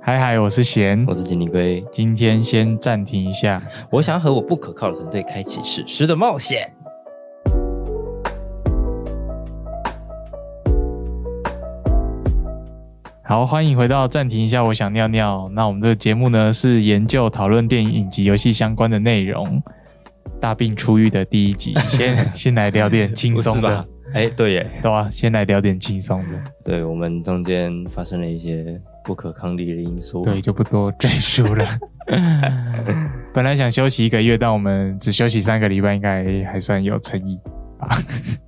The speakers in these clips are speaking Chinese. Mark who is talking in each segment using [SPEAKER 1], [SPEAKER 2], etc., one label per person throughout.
[SPEAKER 1] 嗨嗨，我是贤
[SPEAKER 2] 我，是锦鲤龟，
[SPEAKER 1] 今天先暂停一下。
[SPEAKER 2] 我想要和我不可靠的团队开启史诗的冒险。
[SPEAKER 1] 好，欢迎回到暂停一下，我想尿尿。那我们这个节目呢，是研究讨论电影、影集、游戏相关的内容。大病初愈的第一集， 先先来聊点轻松
[SPEAKER 2] 不是
[SPEAKER 1] 的
[SPEAKER 2] 吧，？哎，对耶，
[SPEAKER 1] 对啊？先来聊点轻松的，
[SPEAKER 2] 对我们中间发生了一些不可抗力的因素。
[SPEAKER 1] 对，，就不多赘述 了。本来想休息一个月，但我们只休息三个礼拜，应该还算有诚意。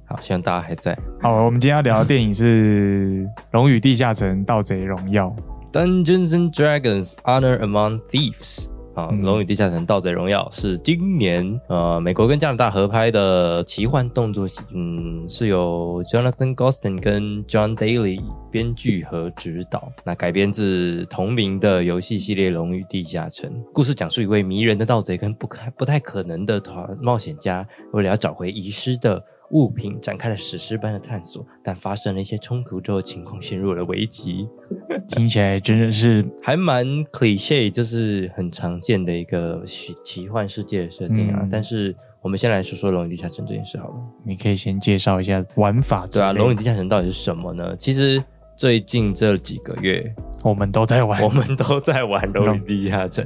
[SPEAKER 2] 好，希望大家还在。
[SPEAKER 1] 好，我们今天要聊的电影是《龙与地下城：盗贼荣耀》。
[SPEAKER 2] Dungeons and Dragons: Honor Among Thieves 啊，
[SPEAKER 1] 嗯
[SPEAKER 2] 《龙与地下城：盗贼荣耀》是今年呃美国跟加拿大合拍的奇幻动作喜，嗯，是由 Jonathan Gostin 跟 John Daly 编剧和执导，那改编自同名的游戏系列《龙与地下城》。故事讲述一位迷人的盗贼跟不可不太可能的团冒险家，为了要找回遗失的。物品展开了史诗般的探索，但发生了一些冲突之后，情况陷入了危机。
[SPEAKER 1] 听起来真的是
[SPEAKER 2] 还蛮 cliche，就是很常见的一个奇奇幻世界的设定啊。
[SPEAKER 1] 嗯
[SPEAKER 2] 但是我们先来说说《龙与地下城》这件事好了。
[SPEAKER 1] 你可以先介绍一下玩法之
[SPEAKER 2] 对
[SPEAKER 1] 类的
[SPEAKER 2] 啊，《龙与地下城》到底是什么呢？其实最近这几个月，
[SPEAKER 1] 我们都在玩
[SPEAKER 2] 我。们都在玩《龙与地下城》。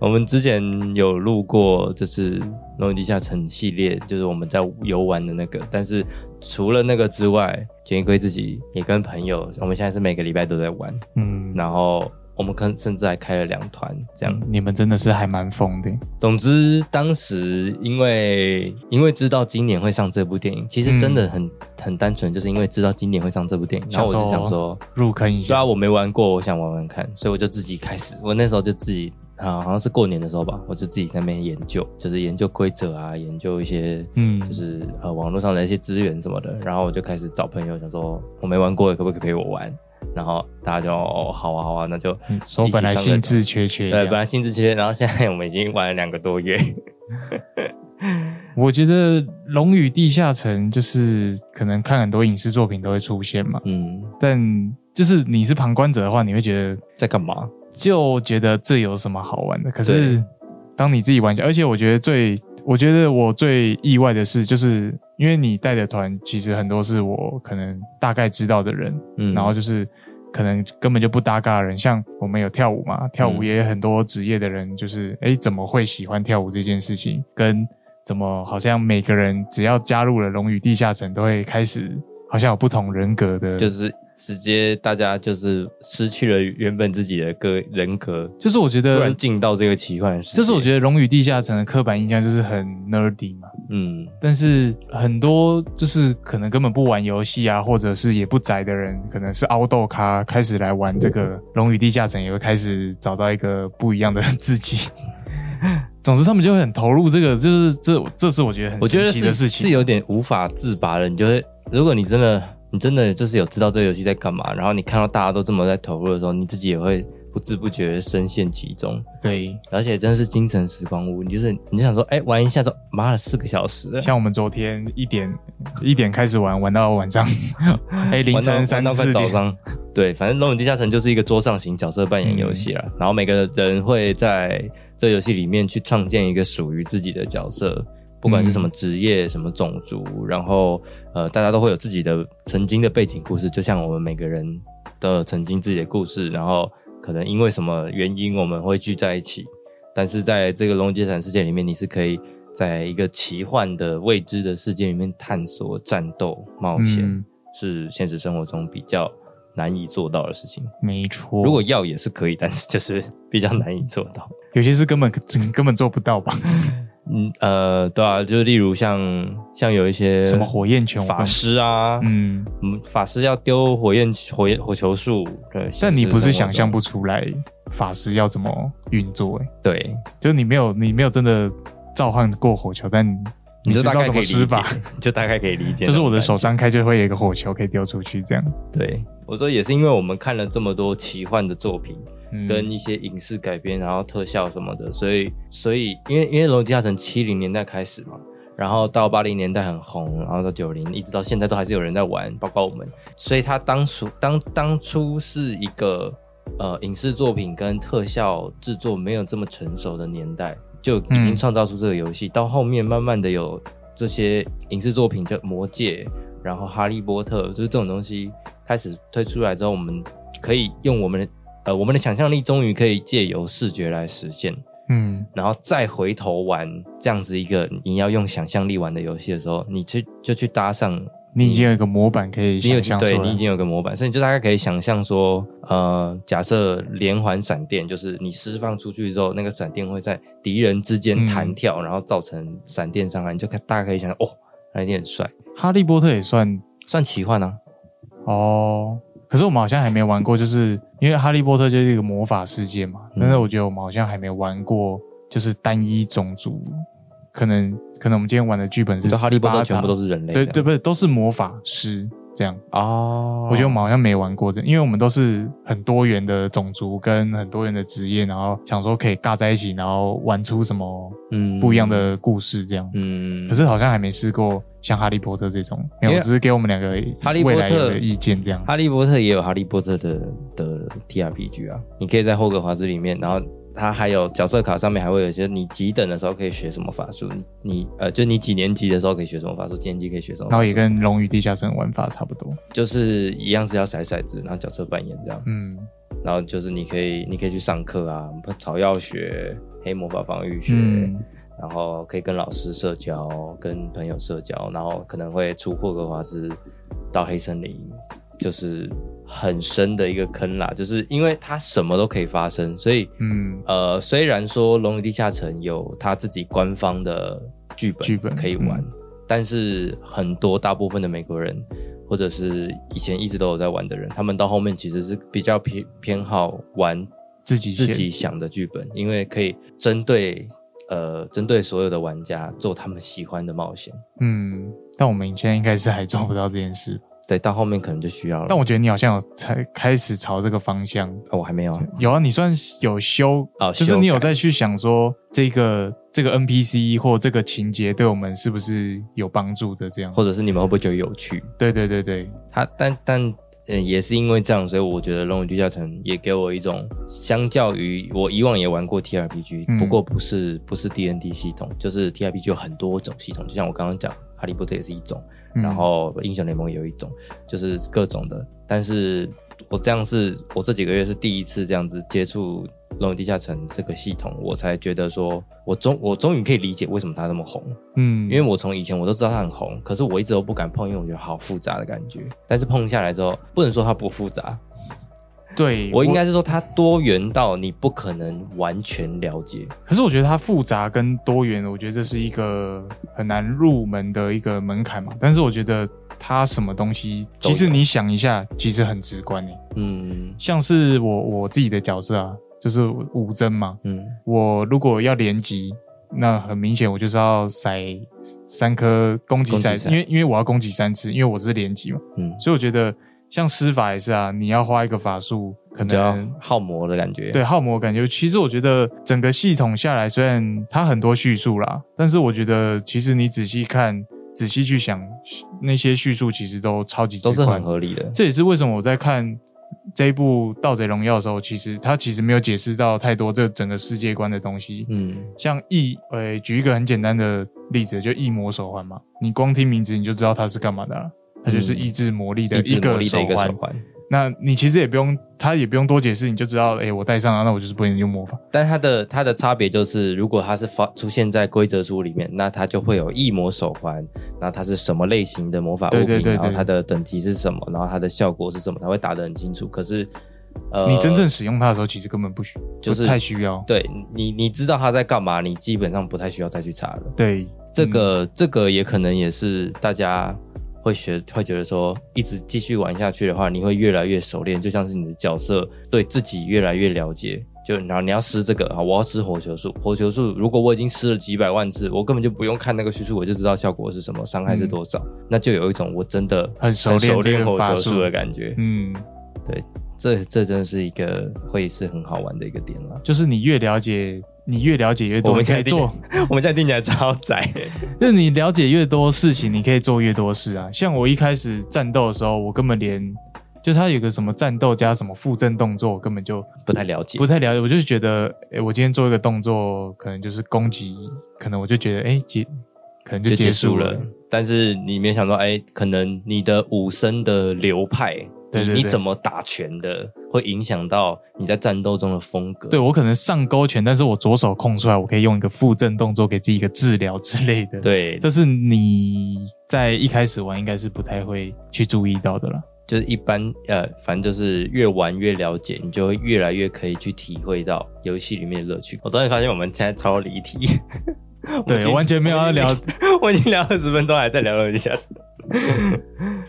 [SPEAKER 2] 我们之前有录过，就是《龙与地下城》系列，就是我们在游玩的那个。但是除了那个之外，简龟自己也跟朋友，我们现在是每个礼拜都在玩。
[SPEAKER 1] 嗯，
[SPEAKER 2] 然后我们可甚至还开了两团这样。
[SPEAKER 1] 你们真的是还蛮疯的。
[SPEAKER 2] 总之，当时因为因为知道今年会上这部电影，其实真的
[SPEAKER 1] 嗯
[SPEAKER 2] 很、很单纯，就是因为知道今年会上这部电影，然后我就
[SPEAKER 1] 想
[SPEAKER 2] 想
[SPEAKER 1] 说
[SPEAKER 2] 说，
[SPEAKER 1] 入坑一
[SPEAKER 2] 对啊，
[SPEAKER 1] 下，
[SPEAKER 2] 我没玩过，我想玩玩看，所以我就自己开始，我那时候就自己啊，好像是过年的时候吧，我就自己在那边研究，就是研究规则啊，研究一些
[SPEAKER 1] 嗯
[SPEAKER 2] 就是呃网络上的一些资源什么的，然后我就开始找朋友，想说我没玩过，可不可以陪我玩？然后大家就哦好啊好啊，那就
[SPEAKER 1] 嗯说
[SPEAKER 2] 一起
[SPEAKER 1] 本来
[SPEAKER 2] 上
[SPEAKER 1] 兴
[SPEAKER 2] 个
[SPEAKER 1] 致缺缺。
[SPEAKER 2] 对，本来兴致缺缺，然后现在我们已经玩了两个多月。
[SPEAKER 1] 我觉得《龙与地下城》就是可能看很多影视作品都会出现嘛，
[SPEAKER 2] 嗯，
[SPEAKER 1] 但就是你是旁观者的话，你会觉得
[SPEAKER 2] 在干嘛？
[SPEAKER 1] 就觉得这有什么好玩的？可是
[SPEAKER 2] 对
[SPEAKER 1] 当你自己玩下，而且我觉得最，我觉得我最意外的是，就是因为你带的团其实很多是我可能大概知道的人，
[SPEAKER 2] 嗯
[SPEAKER 1] 然后就是可能根本就不搭嘎的人，像我们有跳舞嘛，跳舞
[SPEAKER 2] 嗯
[SPEAKER 1] 也有很多职业的人，就是诶怎么会喜欢跳舞这件事情，跟怎么好像每个人只要加入了龙与地下城，都会开始好像有不同人格的，
[SPEAKER 2] 就是直接大家就是失去了原本自己的个人格，
[SPEAKER 1] 就是我觉
[SPEAKER 2] 突
[SPEAKER 1] 得
[SPEAKER 2] 然。进到这个奇幻的世界。
[SPEAKER 1] 就是我觉得《
[SPEAKER 2] 得，
[SPEAKER 1] 龙与地下城》的刻板印象就是很 nerdy 嘛，
[SPEAKER 2] 嗯，
[SPEAKER 1] 但是很多就是可能根本不玩游戏啊，或者是也不宅的人，可能是凹豆咖开始来玩这个《龙与地下城》，也会开始找到一个不一样的自己。 总之，他们就会很投入这个，就是这这是我觉得很
[SPEAKER 2] 我
[SPEAKER 1] 神
[SPEAKER 2] 觉得
[SPEAKER 1] 奇的
[SPEAKER 2] 是
[SPEAKER 1] 事
[SPEAKER 2] 是
[SPEAKER 1] 情。
[SPEAKER 2] 有点无法自拔的。你就会，如果你真的你真的就是有知道这个游戏在干嘛，然后你看到大家都这么在投入的时候，你自己也会不知不觉地深陷其中。
[SPEAKER 1] 对，
[SPEAKER 2] 而且真的是精神时光屋，你就是你就想说，哎、玩一下之后，妈的四个小时了，
[SPEAKER 1] 像我们昨天一点 一点开始玩，玩到晚 上，哎、凌
[SPEAKER 2] 玩到
[SPEAKER 1] 晨
[SPEAKER 2] 玩
[SPEAKER 1] 三
[SPEAKER 2] 到快
[SPEAKER 1] 四
[SPEAKER 2] 早
[SPEAKER 1] 点。
[SPEAKER 2] 上。对，反正《龙与地下城》就是一个桌上型角色扮演游戏啦，然后每
[SPEAKER 1] 嗯
[SPEAKER 2] 个人会在这游戏里面去创建一个属于自己的角色，不管是什么职业、什么种族，然后呃，大家都会有自己的曾经的背景故事，就像我们每个人都有曾经自己的故事，然后可能因为什么原因我们会聚在一起，但是在这个《龙与地下城》世界里面，你是可以。在一个奇幻的未知的世界里面探索、战斗、冒险，
[SPEAKER 1] 嗯，
[SPEAKER 2] 是现实生活中比较难以做到的事情。
[SPEAKER 1] 没错。
[SPEAKER 2] 如果要也是可以，但是就是比较难以做到。
[SPEAKER 1] 有些是根本根本做不到吧，
[SPEAKER 2] 嗯呃，对啊，就例如像像有一些
[SPEAKER 1] 什么火焰拳我根
[SPEAKER 2] 法
[SPEAKER 1] 本
[SPEAKER 2] 师啊，
[SPEAKER 1] 嗯，
[SPEAKER 2] 嗯，法师要丢火焰火焰火球术，对，
[SPEAKER 1] 但你不是想象
[SPEAKER 2] 不
[SPEAKER 1] 不出来法师要怎么运作、欸，
[SPEAKER 2] 对，
[SPEAKER 1] 就你没有你没有真的召唤过火球，但你
[SPEAKER 2] 你就
[SPEAKER 1] 知
[SPEAKER 2] 大
[SPEAKER 1] 道
[SPEAKER 2] 概
[SPEAKER 1] 怎
[SPEAKER 2] 可
[SPEAKER 1] 么
[SPEAKER 2] 以
[SPEAKER 1] 施
[SPEAKER 2] 理解
[SPEAKER 1] 法，，
[SPEAKER 2] 你就大概可以理解那种感觉。
[SPEAKER 1] 就是我的手张开就会有一个火球可以丢出去，这样。
[SPEAKER 2] 对。我说也是因为我们看了这么多奇幻的作品，
[SPEAKER 1] 嗯
[SPEAKER 2] 跟一些影视改编，然后特效什么的，所以所以因为因为《龙与地下城》七零年代开始嘛，然后到八零年代很红，然后到九零，一直到现在都还是有人在玩，包括我们，所以它当初当当初是一个呃影视作品跟特效制作没有这么成熟的年代，就已经创造出这个游
[SPEAKER 1] 嗯
[SPEAKER 2] 戏。到后面慢慢的有这些影视作品，就《魔戒》，然后《哈利波特》，就是这种东西开始推出来之后，我们可以用我们的呃我们的想象力，终于可以借由视觉来实现。
[SPEAKER 1] 嗯
[SPEAKER 2] 然后再回头玩这样子一个你要用想象力玩的游戏的时候，你去就去搭上
[SPEAKER 1] 你已经有一个模板可以
[SPEAKER 2] 你
[SPEAKER 1] 想
[SPEAKER 2] 有
[SPEAKER 1] 象出
[SPEAKER 2] 对
[SPEAKER 1] 来，
[SPEAKER 2] 你已经有个模板，所以你就大概可以想象说，呃，假设连环闪电就是你释放出去之后，那个闪电会在敌人之
[SPEAKER 1] 嗯
[SPEAKER 2] 间弹跳，然后造成闪电伤害，你就可大概可以想象哦，那一定很帅，
[SPEAKER 1] 哈利波特也算
[SPEAKER 2] 算奇幻啊。
[SPEAKER 1] 哦。可是我们好像还没玩过，就是因为哈利波特就是一个魔法世界嘛。但是
[SPEAKER 2] 嗯
[SPEAKER 1] 我觉得我们好像还没玩过，就是单一种族。可能可能我们今天玩的剧本
[SPEAKER 2] 你
[SPEAKER 1] 是
[SPEAKER 2] 说哈利波特全部都
[SPEAKER 1] 是
[SPEAKER 2] 是人类，
[SPEAKER 1] 对对，不是都是魔法师这样。
[SPEAKER 2] 哦，
[SPEAKER 1] 我觉得我们好像没玩过这，因为我们都是很多元的种族跟很多元的职业，然后想说可以尬在一起，然后玩出什么
[SPEAKER 2] 嗯
[SPEAKER 1] 不一样，的故事这样。
[SPEAKER 2] 嗯，
[SPEAKER 1] 可是好像还没试过像哈利波特这种，没有，
[SPEAKER 2] 因为
[SPEAKER 1] 我只是给我们两个
[SPEAKER 2] 哈利波
[SPEAKER 1] 未
[SPEAKER 2] 特
[SPEAKER 1] 来的意见这样。
[SPEAKER 2] 哈利波特也有哈利波特的的 T R P G 啊，你可以在霍格华兹里面，然后它还有角色卡上面还会有一些你几等的时候可以学什么法术，你你呃，就你几年级的时候可以学什么法术，几年级可以学什么法
[SPEAKER 1] 然
[SPEAKER 2] 术，
[SPEAKER 1] 后也跟《龙与地下城》玩法差不多。
[SPEAKER 2] 就是一样是要骰骰子，然后角色扮演这样，
[SPEAKER 1] 嗯
[SPEAKER 2] 然后就是你可以你可以去上课啊，草药学、黑魔法防御学，
[SPEAKER 1] 嗯
[SPEAKER 2] 然后可以跟老师社交，跟朋友社交，然后可能会出霍格华兹到黑森林，就是很深的一个坑啦。就是因为它什么都可以发生，所以
[SPEAKER 1] 嗯
[SPEAKER 2] 呃，虽然说《龙与地下城》有它自己官方的剧本
[SPEAKER 1] 剧本
[SPEAKER 2] 可以玩，
[SPEAKER 1] 嗯
[SPEAKER 2] 但是很多大部分的美国人或者是以前一直都有在玩的人，他们到后面其实是比较偏偏好玩
[SPEAKER 1] 自己写
[SPEAKER 2] 自己想的剧本，因为可以针对呃针对所有的玩家做他们喜欢的冒险。
[SPEAKER 1] 嗯，但我们现在应该是还做不到这件事。
[SPEAKER 2] 对，到后面可能就需要了。
[SPEAKER 1] 但我觉得你好像有才开始朝这个方向。
[SPEAKER 2] 哦我还没有啊，
[SPEAKER 1] 有啊，你算有修
[SPEAKER 2] 哦
[SPEAKER 1] 就是
[SPEAKER 2] 修改
[SPEAKER 1] 你有再去想说这个这个 NPC 或这个情节对我们是不是有帮助的这样。
[SPEAKER 2] 或者是你们会不会觉得有趣？
[SPEAKER 1] 对对对对，
[SPEAKER 2] 它但但呃也是因为这样，所以我觉得《龙与地下城》也给我一种相较于我以往也玩过 TRPG，、
[SPEAKER 1] 嗯
[SPEAKER 2] 不过不是不是 DND 系统，就是 TRPG 有很多种系统，就像我刚刚讲，《哈利波特》也是一种，
[SPEAKER 1] 嗯
[SPEAKER 2] 然后英雄联盟也有一种，就是各种的。但是我这样是我这几个月是第一次这样子接触《龙与地下城》这个系统，我才觉得说我终我终于可以理解为什么它那么红，
[SPEAKER 1] 嗯，
[SPEAKER 2] 因为我从以前我都知道它很红，可是我一直都不敢碰，因为我觉得好复杂的感觉。但是碰下来之后，不能说它不复杂，
[SPEAKER 1] 对
[SPEAKER 2] 我应该是说它多元到你不可能完全了解。
[SPEAKER 1] 可是我觉得它复杂跟多元，我觉得这是一个很难入门的一个门槛嘛。但是我觉得它什么东西，其
[SPEAKER 2] 都有
[SPEAKER 1] 实你想一下，其实很直观诶。欸
[SPEAKER 2] 嗯
[SPEAKER 1] 像是我我自己的角色啊，就是吴征嘛，
[SPEAKER 2] 嗯
[SPEAKER 1] 我如果要连击，那很明显我就是要塞三颗攻击
[SPEAKER 2] 攻
[SPEAKER 1] 骰
[SPEAKER 2] 击
[SPEAKER 1] 子，
[SPEAKER 2] 骰
[SPEAKER 1] 因为因为我要攻击三次，因为我是连击嘛。
[SPEAKER 2] 嗯，
[SPEAKER 1] 所以我觉得像施法也是啊，你要花一个法术，可
[SPEAKER 2] 比较
[SPEAKER 1] 能
[SPEAKER 2] 耗魔的感觉。
[SPEAKER 1] 对耗魔感觉，其实我觉得整个系统下来，虽然它很多叙述啦，但是我觉得其实你仔细看、仔细去想，那些叙述其实都超级
[SPEAKER 2] 都是
[SPEAKER 1] 直观
[SPEAKER 2] 很合理的。
[SPEAKER 1] 这也是为什么我在看这一部《盗贼荣耀》的时候，其实它其实没有解释到太多这整个世界观的东西。
[SPEAKER 2] 嗯
[SPEAKER 1] 像异，呃，举一个很简单的例子，就异魔手环嘛，你光听名字你就知道它是干嘛的啦，它就是
[SPEAKER 2] 嗯
[SPEAKER 1] 抑制魔力的
[SPEAKER 2] 一直
[SPEAKER 1] 一
[SPEAKER 2] 努
[SPEAKER 1] 个
[SPEAKER 2] 力的
[SPEAKER 1] 手
[SPEAKER 2] 一个
[SPEAKER 1] 环
[SPEAKER 2] 手。环，
[SPEAKER 1] 那你其实也不用，他也不用多解释，你就知道，哎、我戴上了，那我就是不能用魔法。
[SPEAKER 2] 但它的它的差别就是，如果它是发出现在规则书里面，那它就会有异魔手环，那它是什么类型的魔法物品，
[SPEAKER 1] 对对对对
[SPEAKER 2] 然后它的等级是什么，然后它的效果是什么，它会打得很清楚。可是，呃，
[SPEAKER 1] 你真正使用它的时候，其实根本不需，
[SPEAKER 2] 就是
[SPEAKER 1] 不太需要。
[SPEAKER 2] 对你你知道它在干嘛，你基本上不太需要再去查了。
[SPEAKER 1] 对，
[SPEAKER 2] 这个、这个也可能也是大家会学会觉得说，一直继续玩下去的话，你会越来越熟练，就像是你的角色对自己越来越了解。就然后你要施这个啊，好我要施火球术，火球术如果我已经施了几百万次，我根本就不用看那个叙述，我就知道效果是什么，伤害是多少，那就有一种我真的
[SPEAKER 1] 很熟练
[SPEAKER 2] 嗯熟
[SPEAKER 1] 这
[SPEAKER 2] 练
[SPEAKER 1] 个
[SPEAKER 2] 火
[SPEAKER 1] 法
[SPEAKER 2] 球
[SPEAKER 1] 术
[SPEAKER 2] 术的感觉。
[SPEAKER 1] 嗯，
[SPEAKER 2] 这这真的是一个会是很好玩的一个点了。
[SPEAKER 1] 就是你越了解，你越了解越多，
[SPEAKER 2] 我们
[SPEAKER 1] 你可以
[SPEAKER 2] 现在定
[SPEAKER 1] 做，
[SPEAKER 2] 我们现在听起来超窄，
[SPEAKER 1] 就是你了解越多事情，你可以做越多事啊。像我一开始战斗的时候，我根本连就它有个什么战斗加什么附赠动作，我根本就
[SPEAKER 2] 不太了解
[SPEAKER 1] 不。太了解。我就是觉得，诶、我今天做一个动作，可能就是攻击，可能我就觉得，诶、结，可能就
[SPEAKER 2] 就结
[SPEAKER 1] 结
[SPEAKER 2] 束
[SPEAKER 1] 了
[SPEAKER 2] 了。。但是你没想到，哎、可能你的武生的流派，
[SPEAKER 1] 对对
[SPEAKER 2] 你你
[SPEAKER 1] 对
[SPEAKER 2] 怎么打拳的，会影响到你在战斗中的风格。
[SPEAKER 1] 对我可能上勾拳，但是我左手空出来，我可以用一个附赠动作给自己一个治疗之类的。，
[SPEAKER 2] 对，
[SPEAKER 1] 这是你在一开始玩应该是不太会去注意到的啦。
[SPEAKER 2] 就是一般呃，反正就是越玩越了解，你就会越来越可以去体会到游戏里面的乐趣。我终于发现我们现在超离题，我已
[SPEAKER 1] 对，
[SPEAKER 2] 经
[SPEAKER 1] 完全没有要聊，
[SPEAKER 2] 我已经聊二十分钟，还在聊了一下 子。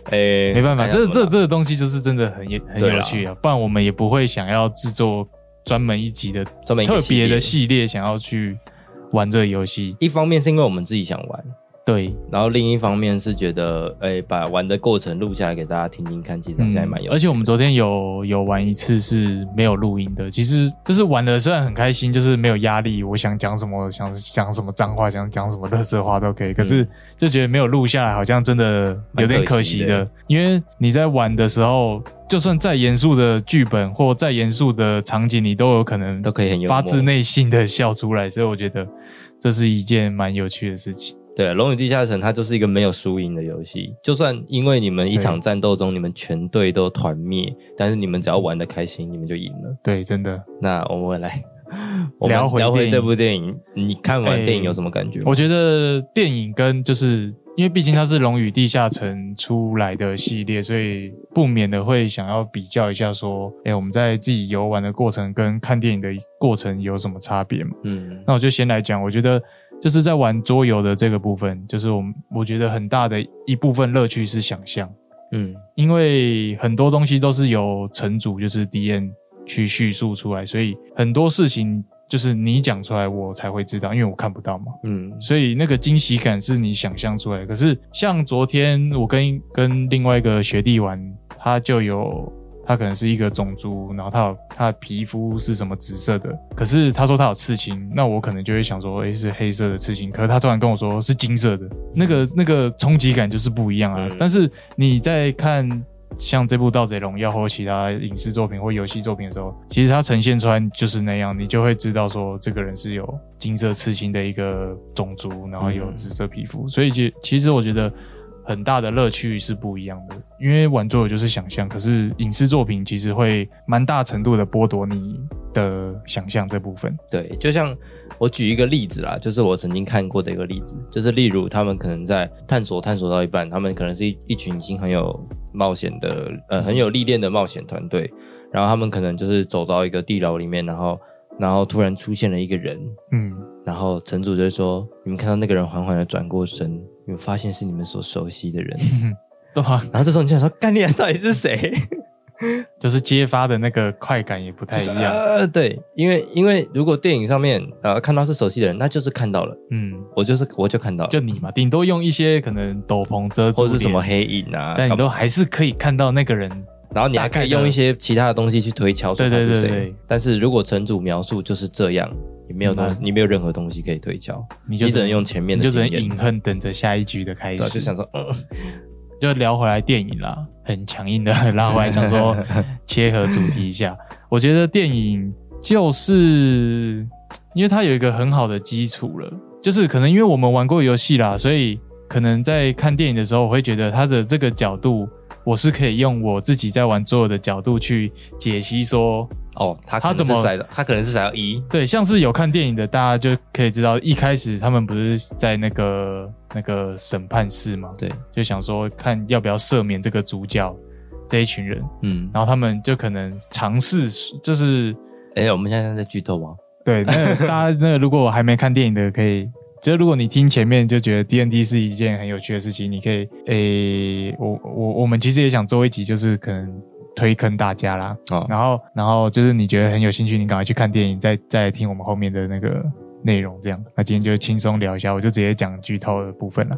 [SPEAKER 2] 哎、
[SPEAKER 1] 没办法，
[SPEAKER 2] 看一下
[SPEAKER 1] 这这
[SPEAKER 2] 怎么
[SPEAKER 1] 这个东西就是真的很有很
[SPEAKER 2] 对
[SPEAKER 1] 有
[SPEAKER 2] 啦
[SPEAKER 1] 趣啊，不然我们也不会想要制作专门一集的
[SPEAKER 2] 专门一个
[SPEAKER 1] 特别的系
[SPEAKER 2] 系列
[SPEAKER 1] 列，想要去玩这个游戏。
[SPEAKER 2] 一方面是因为我们自己想玩，
[SPEAKER 1] 对，
[SPEAKER 2] 然后另一方面是觉得，哎、把玩的过程录下来给大家听听看，其实好像还蛮有趣的、
[SPEAKER 1] 嗯而且我们昨天有有玩一次是没有录音的，其实就是玩的虽然很开心，就是没有压力，我想讲什么想讲什么脏话，想讲什么乐色话都
[SPEAKER 2] 嗯
[SPEAKER 1] 可以，可是就觉得没有录下来，好像真的有点可惜的，
[SPEAKER 2] 蛮可惜
[SPEAKER 1] 因为你在玩的时候，就算再严肃的剧本或再严肃的场景，你都有可能
[SPEAKER 2] 都可以很幽默
[SPEAKER 1] 发自内心的笑出来，所以我觉得这是一件蛮有趣的事情。
[SPEAKER 2] 对《龙与地下城》，它就是一个没有输赢的游戏。就算因为你们一场战斗中，你们全队都团灭，但是你们只要玩的开心，你们就赢了。
[SPEAKER 1] 对，真的，
[SPEAKER 2] 那我们来，我们
[SPEAKER 1] 聊回
[SPEAKER 2] 聊
[SPEAKER 1] 电
[SPEAKER 2] 回
[SPEAKER 1] 影
[SPEAKER 2] 这部电影，你看完
[SPEAKER 1] 哎
[SPEAKER 2] 电影有什么感觉？
[SPEAKER 1] 我觉得电影跟就是因为毕竟它是《龙与地下城》出来的系列，所以不免的会想要比较一下，说，哎，我们在自己游玩的过程跟看电影的过程有什么差别嘛？
[SPEAKER 2] 嗯，
[SPEAKER 1] 那我就先来讲，我觉得就是在玩桌游的这个部分，就是我们我觉得很大的一部分乐趣是想象，
[SPEAKER 2] 嗯
[SPEAKER 1] 因为很多东西都是由城主就是 D N 去叙述出来，所以很多事情就是你讲出来我才会知道，因为我看不到嘛。
[SPEAKER 2] 嗯，
[SPEAKER 1] 所以那个惊喜感是你想象出来的。可是像昨天我跟跟另外一个学弟玩，他就有他可能是一个种族，然后他有他的皮肤是什么紫色的，可是他说他有刺青，那我可能就会想说，诶，是黑色的刺青，可是他突然跟我说是金色的，那个那个冲击感就是不一样啊。
[SPEAKER 2] 嗯
[SPEAKER 1] 但是你在看。像这部《盗贼荣耀》或其他影视作品或游戏作品的时候，其实它呈现出来就是那样，你就会知道说这个人是有金色刺青的一个种族，然后有
[SPEAKER 2] 嗯
[SPEAKER 1] 紫色皮肤，所以就其实我觉得很大的乐趣是不一样的，因为玩桌游就是想象，可是影视作品其实会蛮大程度的剥夺你的想象这部分。
[SPEAKER 2] 对，就像我举一个例子啦，就是我曾经看过的一个例子，就是例如他们可能在探索探索到一半，他们可能是一一群已经很有冒险的呃很有历练的冒险团队，然后他们可能就是走到一个地牢里面，然后然后突然出现了一个人，
[SPEAKER 1] 嗯，
[SPEAKER 2] 然后城主就会说，你们看到那个人缓缓的转过身，你们发现是你们所熟悉的人，
[SPEAKER 1] 对啊，
[SPEAKER 2] 然后这时候你就想说，干你啊到底是谁？
[SPEAKER 1] 就是揭发的那个快感也不哎太一样。
[SPEAKER 2] 呃，对，因为因为如果电影上面呃看到是熟悉的人，那就是看到了。
[SPEAKER 1] 嗯，
[SPEAKER 2] 我就是我就看到了，
[SPEAKER 1] 就你嘛，顶多用一些可能斗篷遮住
[SPEAKER 2] 或者是什么
[SPEAKER 1] 脸，
[SPEAKER 2] 黑影啊，
[SPEAKER 1] 但你
[SPEAKER 2] 干
[SPEAKER 1] 都
[SPEAKER 2] 嘛
[SPEAKER 1] 还是可以看到那个人。
[SPEAKER 2] 然后你
[SPEAKER 1] 大
[SPEAKER 2] 还
[SPEAKER 1] 概
[SPEAKER 2] 可以
[SPEAKER 1] 的
[SPEAKER 2] 用一些其他的东西去推敲说他
[SPEAKER 1] 对对
[SPEAKER 2] 是
[SPEAKER 1] 对
[SPEAKER 2] 谁。
[SPEAKER 1] 对
[SPEAKER 2] 但是如果城主描述就是这样，你没有东西，你没有任何东西可以推敲，
[SPEAKER 1] 嗯你
[SPEAKER 2] 你
[SPEAKER 1] 就
[SPEAKER 2] 只能用前面
[SPEAKER 1] 你就
[SPEAKER 2] 的
[SPEAKER 1] 只
[SPEAKER 2] 经
[SPEAKER 1] 能
[SPEAKER 2] 验。
[SPEAKER 1] 隐恨等着下一局的开
[SPEAKER 2] 对啊，
[SPEAKER 1] 始。
[SPEAKER 2] 就想说，嗯，
[SPEAKER 1] 就聊回来电影啦，很强硬的拉回来，想 说切合主题一下。我觉得电影就是因为它有一个很好的基础了，就是可能因为我们玩过游戏啦，所以可能在看电影的时候，我会觉得它的这个角度，我是可以用我自己在玩桌游的角度去解析说
[SPEAKER 2] 哦，他
[SPEAKER 1] 他
[SPEAKER 2] 可能
[SPEAKER 1] 怎么
[SPEAKER 2] 是甩的，他可能是甩到一，
[SPEAKER 1] 对，像是有看电影的，大家就可以知道，一开始他们不是在那个那个审判室嘛，
[SPEAKER 2] 对，
[SPEAKER 1] 就想说看要不要赦免这个主角这一群人，
[SPEAKER 2] 嗯，
[SPEAKER 1] 然后他们就可能尝试，就是
[SPEAKER 2] 哎，我们现在在剧透吗？
[SPEAKER 1] 对，那个 大家那个如果还没看电影的，可以，就是如果你听前面就觉得 D N D 是一件很有趣的事情，你可以，诶，我我我们其实也想做一集，就是可能推坑大家啦，
[SPEAKER 2] 哦，
[SPEAKER 1] 然后，然后就是你觉得很有兴趣，你赶快去看电影，再再来听我们后面的那个内容。这样，那今天就轻松聊一下，我就直接讲剧透的部分了。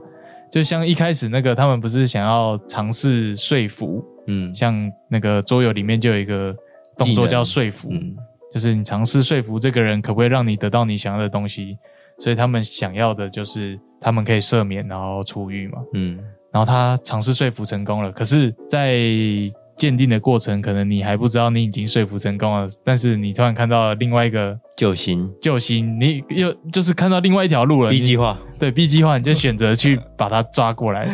[SPEAKER 1] 就像一开始那个，他们不是想要尝试说服，
[SPEAKER 2] 嗯
[SPEAKER 1] 像那个桌游里面就有一个动作
[SPEAKER 2] 技
[SPEAKER 1] 叫
[SPEAKER 2] 能
[SPEAKER 1] 说服，
[SPEAKER 2] 嗯，
[SPEAKER 1] 就是你尝试说服这个人，可不可以让你得到你想要的东西。所以他们想要的就是他们可以赦免，然后出狱嘛。
[SPEAKER 2] 嗯，
[SPEAKER 1] 然后他尝试说服成功了，可是，在鉴定的过程，可能你还不知道你已经说服成功了，但是你突然看到另外一个
[SPEAKER 2] 救星
[SPEAKER 1] 救星，你又就是看到另外一条路了。
[SPEAKER 2] B 计
[SPEAKER 1] 划
[SPEAKER 2] 划，
[SPEAKER 1] 对 B 计划，你就选择去把他抓过来。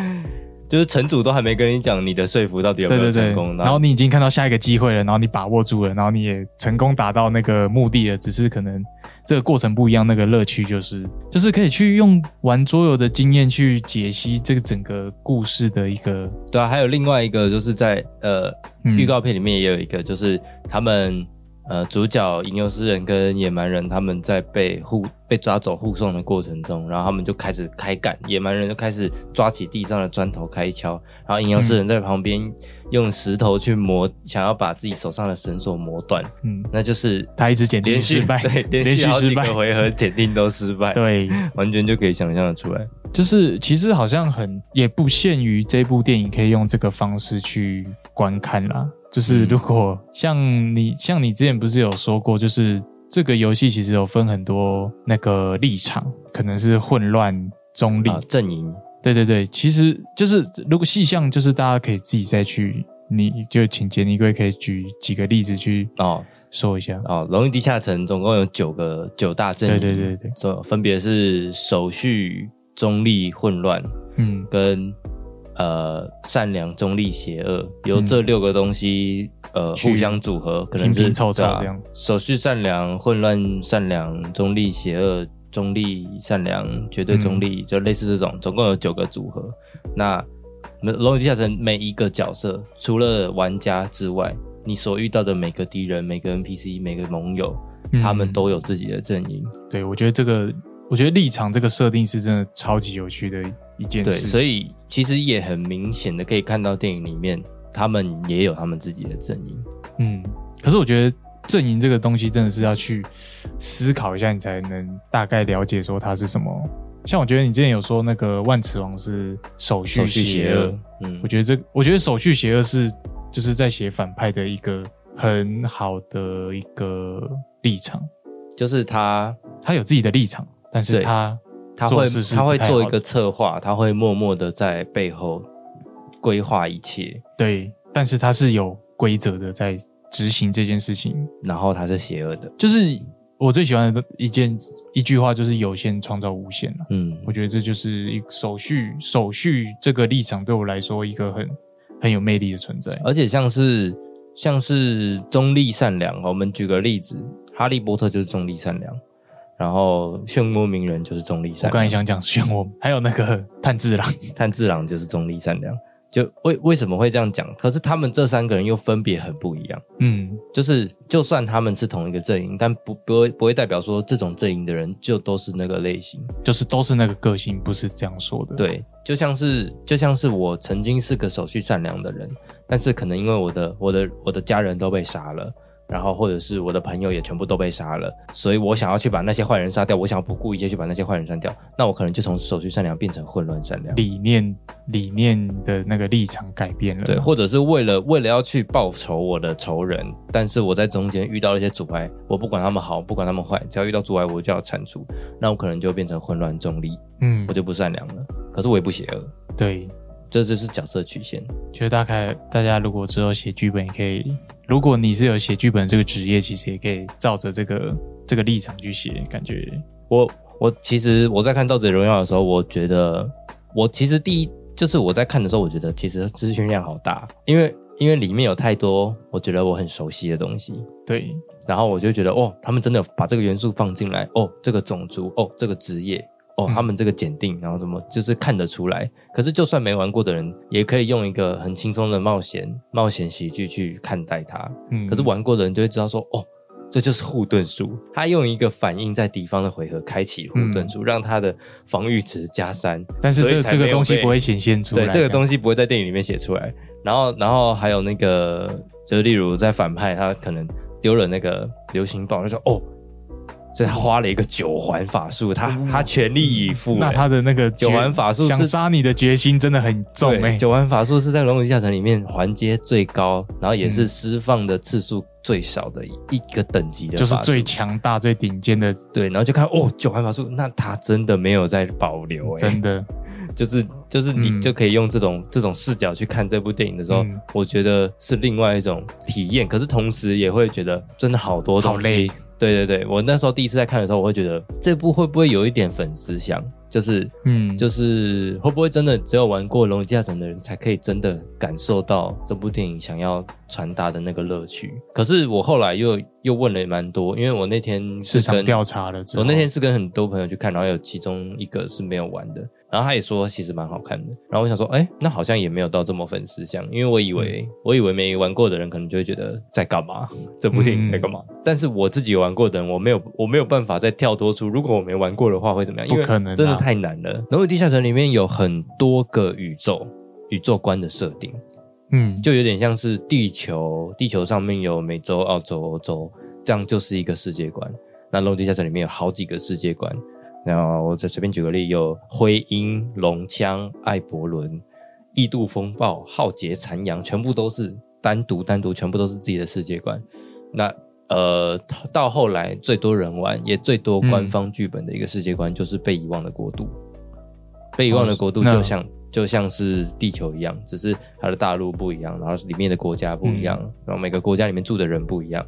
[SPEAKER 2] 就是城主都还没跟你讲你的说服到底有没
[SPEAKER 1] 对
[SPEAKER 2] 有
[SPEAKER 1] 对
[SPEAKER 2] 成
[SPEAKER 1] 对
[SPEAKER 2] 功，，
[SPEAKER 1] 然后你已经看到下一个机会了，然后你把握住了，然后你也成功达到那个目的了，只是可能这个过程不一样，那个乐趣就是就是可以去用玩桌游的经验去解析这个整个故事的一个
[SPEAKER 2] 对啊，还有另外一个就是在呃
[SPEAKER 1] 嗯
[SPEAKER 2] 预告片里面也有一个，就是他们呃主角吟游诗人跟野蛮人他们在被护被抓走护送的过程中，然后他们就开始开干，野蛮人就开始抓起地上的砖头开敲，然后吟游诗人在旁边用石头去磨，想要把自己手上的绳索磨断，
[SPEAKER 1] 嗯，
[SPEAKER 2] 那就是
[SPEAKER 1] 他一直检定
[SPEAKER 2] 连续
[SPEAKER 1] 失败
[SPEAKER 2] 对，连
[SPEAKER 1] 连续
[SPEAKER 2] 续好
[SPEAKER 1] 失
[SPEAKER 2] 几
[SPEAKER 1] 败
[SPEAKER 2] 个回合检定都失败，，
[SPEAKER 1] 对，
[SPEAKER 2] 完全就可以想象得出来。
[SPEAKER 1] 就是其实好像很也不限于这部电影可以用这个方式去观看啦。就是
[SPEAKER 2] 嗯
[SPEAKER 1] 如果像你像你之前不是有说过，就是这个游戏其实有分很多那个立场，可能是混乱、中立。
[SPEAKER 2] 啊，阵营
[SPEAKER 1] 对对对，其实就是如果细项，就是大家可以自己再去，你就请杰尼龟可以举几个例子去
[SPEAKER 2] 哦，
[SPEAKER 1] 说一下。
[SPEAKER 2] 哦，龙与地下城总共有九个九大阵营，
[SPEAKER 1] 对对对对，
[SPEAKER 2] 所分别是手续、中立、混乱
[SPEAKER 1] 嗯
[SPEAKER 2] 跟呃善良、中立、邪恶，由
[SPEAKER 1] 嗯
[SPEAKER 2] 这六个东西、呃
[SPEAKER 1] 去
[SPEAKER 2] 互相组合，可能
[SPEAKER 1] 拼
[SPEAKER 2] 是
[SPEAKER 1] 拼凑凑
[SPEAKER 2] 对啊
[SPEAKER 1] 这样
[SPEAKER 2] 手续善良、混乱善良、中立邪恶、中立善良、绝对
[SPEAKER 1] 嗯
[SPEAKER 2] 中立，就类似这种，总共有九个组合。那《龙与地下城》每一个角色，除了玩家之外，你所遇到的每个敌人、每个 NPC、每个盟友，
[SPEAKER 1] 嗯
[SPEAKER 2] 他们都有自己的阵营。
[SPEAKER 1] 对，我觉得这个，我觉得立场这个设定是真的超级有趣的一件
[SPEAKER 2] 对，
[SPEAKER 1] 事情。
[SPEAKER 2] 所以其实也很明显的可以看到电影里面，他们也有他们自己的阵营。
[SPEAKER 1] 嗯，可是我觉得阵营这个东西真的是要去思考一下，你才能大概了解说它是什么。像我觉得你之前有说那个万磁王是手续
[SPEAKER 2] 手续邪
[SPEAKER 1] 邪恶
[SPEAKER 2] 恶，，嗯
[SPEAKER 1] 我，觉得这我觉得手续邪恶是就是在写反派的一个很好的一个立场，
[SPEAKER 2] 就是他
[SPEAKER 1] 他有自己的立场，但是
[SPEAKER 2] 对
[SPEAKER 1] 他
[SPEAKER 2] 他
[SPEAKER 1] 做
[SPEAKER 2] 会
[SPEAKER 1] 事是
[SPEAKER 2] 他会
[SPEAKER 1] 不太
[SPEAKER 2] 做一
[SPEAKER 1] 好
[SPEAKER 2] 个策划，他会默默的在背后规划一切，
[SPEAKER 1] 对，但是他是有规则的在执行这件事情，
[SPEAKER 2] 然后他是邪恶的，
[SPEAKER 1] 就是我最喜欢的一件一句话就是有限创造无限了。啊
[SPEAKER 2] 嗯，
[SPEAKER 1] 我觉得这就是一个手续手续这个立场对我来说一个很很有魅力的存在。
[SPEAKER 2] 而且像是像是中立善良，我们举个例子，哈利波特就是中立善良，然后漩涡鸣人就是中立
[SPEAKER 1] 我
[SPEAKER 2] 善
[SPEAKER 1] 刚才
[SPEAKER 2] 良，
[SPEAKER 1] 想讲漩涡，还有那个 炭治郎，
[SPEAKER 2] 炭治郎就是中立善良，就为为什么会这样讲？可是他们这三个人又分别很不一样。
[SPEAKER 1] 嗯，
[SPEAKER 2] 就是，就算他们是同一个阵营，但不不会不会代表说这种阵营的人就都是那个类型。
[SPEAKER 1] 就是都是那个个性，不是这样说的。，
[SPEAKER 2] 对，就像是就像是我曾经是个手续善良的人，但是可能因为我的我的我的家人都被杀了，然后或者是我的朋友也全部都被杀了，所以我想要去把那些坏人杀掉，我想要不顾一切去把那些坏人杀掉，那我可能就从手续善良变成混乱善良。
[SPEAKER 1] 理念理念的那个立场改变了。
[SPEAKER 2] 对，或者是为了为了要去报仇我的仇人，但是我在中间遇到了一些阻碍，我不管他们好，不管他们坏，只要遇到阻碍我就要铲除，那我可能就变成混乱中立，
[SPEAKER 1] 嗯
[SPEAKER 2] 我，就不善良了，可是我也不邪恶，
[SPEAKER 1] 对，
[SPEAKER 2] 这就是角色曲线。
[SPEAKER 1] 觉得大概大家如果之后写剧本，也可以，如果你是有写剧本这个职业，其实也可以照着这个这个立场去写，感觉
[SPEAKER 2] 我我其实我在看《盗贼荣耀》的时候，我觉得我其实第一就是我在看的时候，我觉得其实资讯量好大，因为因为里面有太多我觉得我很熟悉的东西，
[SPEAKER 1] 对，
[SPEAKER 2] 然后我就觉得哦，他们真的有把这个元素放进来，哦，这个种族，哦，这个职业。哦，
[SPEAKER 1] 嗯
[SPEAKER 2] 他们这个检定，然后什么，就是看得出来。可是，就算没玩过的人，也可以用一个很轻松的冒险、冒险喜剧去看待它。
[SPEAKER 1] 嗯。
[SPEAKER 2] 可是玩过的人就会知道说，哦，这就是护盾术。他用一个反应在敌方的回合开启护盾
[SPEAKER 1] 嗯
[SPEAKER 2] 术，让他的防御值加三。
[SPEAKER 1] 但是
[SPEAKER 2] 所以
[SPEAKER 1] 这
[SPEAKER 2] 才
[SPEAKER 1] 这个
[SPEAKER 2] 没有
[SPEAKER 1] 东西
[SPEAKER 2] 被
[SPEAKER 1] 不会显现出来，
[SPEAKER 2] 对，这个
[SPEAKER 1] 西
[SPEAKER 2] 东西不会在电影里面写出来。然后，然后还有那个，就是例如在反派他可能丢了那个流行棒，就说哦，所以他花了一个九环法术，他他全力以赴、
[SPEAKER 1] 哦那
[SPEAKER 2] 欸
[SPEAKER 1] 他的那个
[SPEAKER 2] 九
[SPEAKER 1] 决
[SPEAKER 2] 环法术是
[SPEAKER 1] 想杀你的决心真的很重
[SPEAKER 2] 对
[SPEAKER 1] 哎、
[SPEAKER 2] 九环法术是在《龙与地下城》里面环阶最高，然后也是
[SPEAKER 1] 嗯
[SPEAKER 2] 释放的次数最少的一一个等级的法
[SPEAKER 1] 就
[SPEAKER 2] 术，
[SPEAKER 1] 是最强大、最顶尖的，
[SPEAKER 2] 对，然后就看哦，九环法术，那他真的没有在保留、欸，
[SPEAKER 1] 真的
[SPEAKER 2] 就是就是你
[SPEAKER 1] 嗯
[SPEAKER 2] 就可以用这种、这种视角去看这部电影的时候，
[SPEAKER 1] 嗯
[SPEAKER 2] 我觉得是另外一种体验。可是同时也会觉得真的好多东
[SPEAKER 1] 好
[SPEAKER 2] 西
[SPEAKER 1] 累。
[SPEAKER 2] 对对对，我那时候第一次在看的时候，我会觉得这部会不会有一点粉丝像，就是
[SPEAKER 1] 嗯，
[SPEAKER 2] 就是会不会真的只有玩过《龙与地下城》的人才可以真的感受到这部电影想要传达的那个乐趣？可是我后来又又问了蛮多，因为我那天是
[SPEAKER 1] 市场
[SPEAKER 2] 跟
[SPEAKER 1] 调查了之后，
[SPEAKER 2] 我那天是跟很多朋友去看，然后有其中一个是没有玩的，然后他也说其实蛮好看的。然后我想说，哎、那好像也没有到这么粉丝向，因为我以为、
[SPEAKER 1] 嗯
[SPEAKER 2] 我以为没玩过的人可能就会觉得在干嘛，这部电影在干
[SPEAKER 1] 嗯
[SPEAKER 2] 嘛。但是我自己有玩过的人，我没有我没有办法再跳脱出，如果我没玩过的话会怎么样？因为
[SPEAKER 1] 不可能啊
[SPEAKER 2] 真的太难了。《龙与地下城》里面有很多个宇宙宇宙观的设定，
[SPEAKER 1] 嗯，
[SPEAKER 2] 就有点像是地球，地球上面有美洲、澳洲、欧洲，这样就是一个世界观。那《龙地下城》里面有好几个世界观，然后我再随便举个例，有灰鹰、龙枪、艾伯伦、异度风暴、浩劫、残阳，全部都是单独单独，全部都是自己的世界观。那呃，到后来最多人玩，也最多官方剧本的一个世界观，就是被遗忘的国度。被遗忘的国度
[SPEAKER 1] 哦那
[SPEAKER 2] 就像、就像是地球一样，只是它的大陆不一样，然后里面的国家不一样，
[SPEAKER 1] 嗯
[SPEAKER 2] 然后每个国家里面住的人不一样。